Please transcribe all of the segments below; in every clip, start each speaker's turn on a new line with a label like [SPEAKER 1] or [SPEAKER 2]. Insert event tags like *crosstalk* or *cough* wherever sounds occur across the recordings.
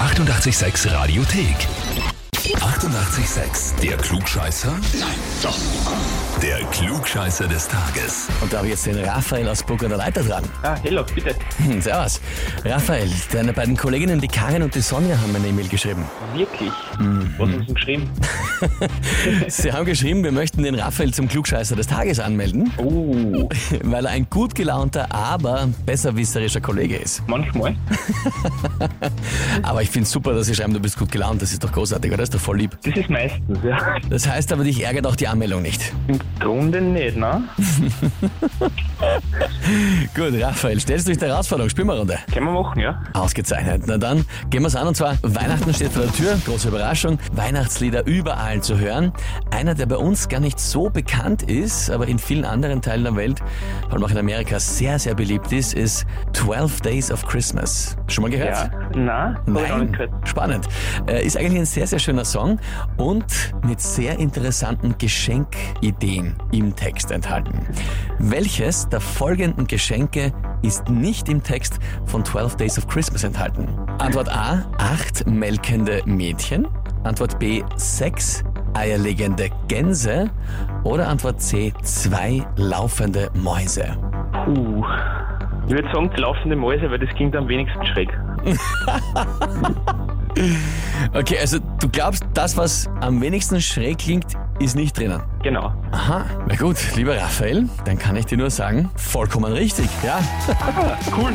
[SPEAKER 1] 886 Radiothek. 88,6. Der Klugscheißer? Nein, doch. Der Klugscheißer des Tages.
[SPEAKER 2] Und da habe ich jetzt den Raphael aus Burg an der Leiter dran.
[SPEAKER 3] Ah, hello, bitte.
[SPEAKER 2] Hm, servus. Raphael, deine beiden Kolleginnen, die Karin und die Sonja, haben eine E-Mail geschrieben.
[SPEAKER 3] Wirklich? Was haben Sie denn geschrieben?
[SPEAKER 2] Sie haben geschrieben, wir möchten den Raphael zum Klugscheißer des Tages anmelden,
[SPEAKER 3] Oh,
[SPEAKER 2] weil er ein gut gelaunter, aber besserwisserischer Kollege ist.
[SPEAKER 3] manchmal.
[SPEAKER 2] Aber ich finde super, dass Sie schreiben, du bist gut gelaunt. Das ist doch großartig, oder? Das ist doch voll lieb.
[SPEAKER 3] Das ist meistens, ja.
[SPEAKER 2] Das heißt aber, dich ärgert auch die Anmeldung nicht.
[SPEAKER 3] Im Grunde nicht, ne?
[SPEAKER 2] Gut, Raphael, stellst du dich der Herausforderung? Spielen wir Runde.
[SPEAKER 3] Können wir machen, ja?
[SPEAKER 2] Ausgezeichnet. Na dann, gehen wir's an und zwar, Weihnachten steht vor der Tür, große Überraschung, Weihnachtslieder überall zu hören. Einer, der bei uns gar nicht so bekannt ist, aber in vielen anderen Teilen der Welt, vor allem auch in Amerika, sehr, sehr beliebt ist, ist 12 Days of Christmas. Schon mal gehört?
[SPEAKER 3] Ja. Nein, hab ich auch nicht
[SPEAKER 2] Nein,
[SPEAKER 3] gehört.
[SPEAKER 2] spannend. Äh, Ist eigentlich ein sehr, sehr schöner Song und mit sehr interessanten Geschenkideen im Text enthalten. Welches der folgenden Geschenke ist nicht im Text von 12 Days of Christmas enthalten? Antwort A, acht melkende Mädchen. Antwort B, sechs eierlegende Gänse. Oder Antwort C, zwei laufende Mäuse.
[SPEAKER 3] Puh. Ich würde sagen, die laufende Mäuse, weil das klingt am wenigsten schräg.
[SPEAKER 2] Okay, also du glaubst, das, was am wenigsten schräg klingt, ist nicht drinnen.
[SPEAKER 3] Genau.
[SPEAKER 2] Aha, na gut, lieber Raphael, dann kann ich dir nur sagen, vollkommen richtig, ja,
[SPEAKER 3] Ah, cool.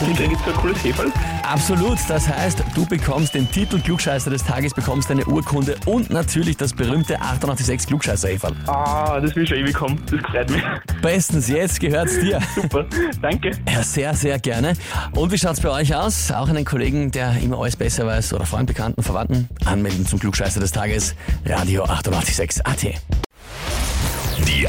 [SPEAKER 3] Und ich kriege jetzt so ein cooles Heferl.
[SPEAKER 2] absolut. Das heißt, du bekommst den Titel Klugscheißer des Tages, bekommst eine Urkunde und natürlich das berühmte 886 klugscheißer -Häferl.
[SPEAKER 3] Ah, das will schon ewig kommen. Das freut mich. *laughs*
[SPEAKER 2] Bestens, jetzt gehört's dir.
[SPEAKER 3] Super. Danke.
[SPEAKER 2] Ja, sehr, sehr gerne. Und wie schaut's bei euch aus? Auch einen Kollegen, der immer alles besser weiß oder Freund, Bekannten, Verwandten, anmelden zum Klugscheißer des Tages, Radio 886 AT.
[SPEAKER 1] Die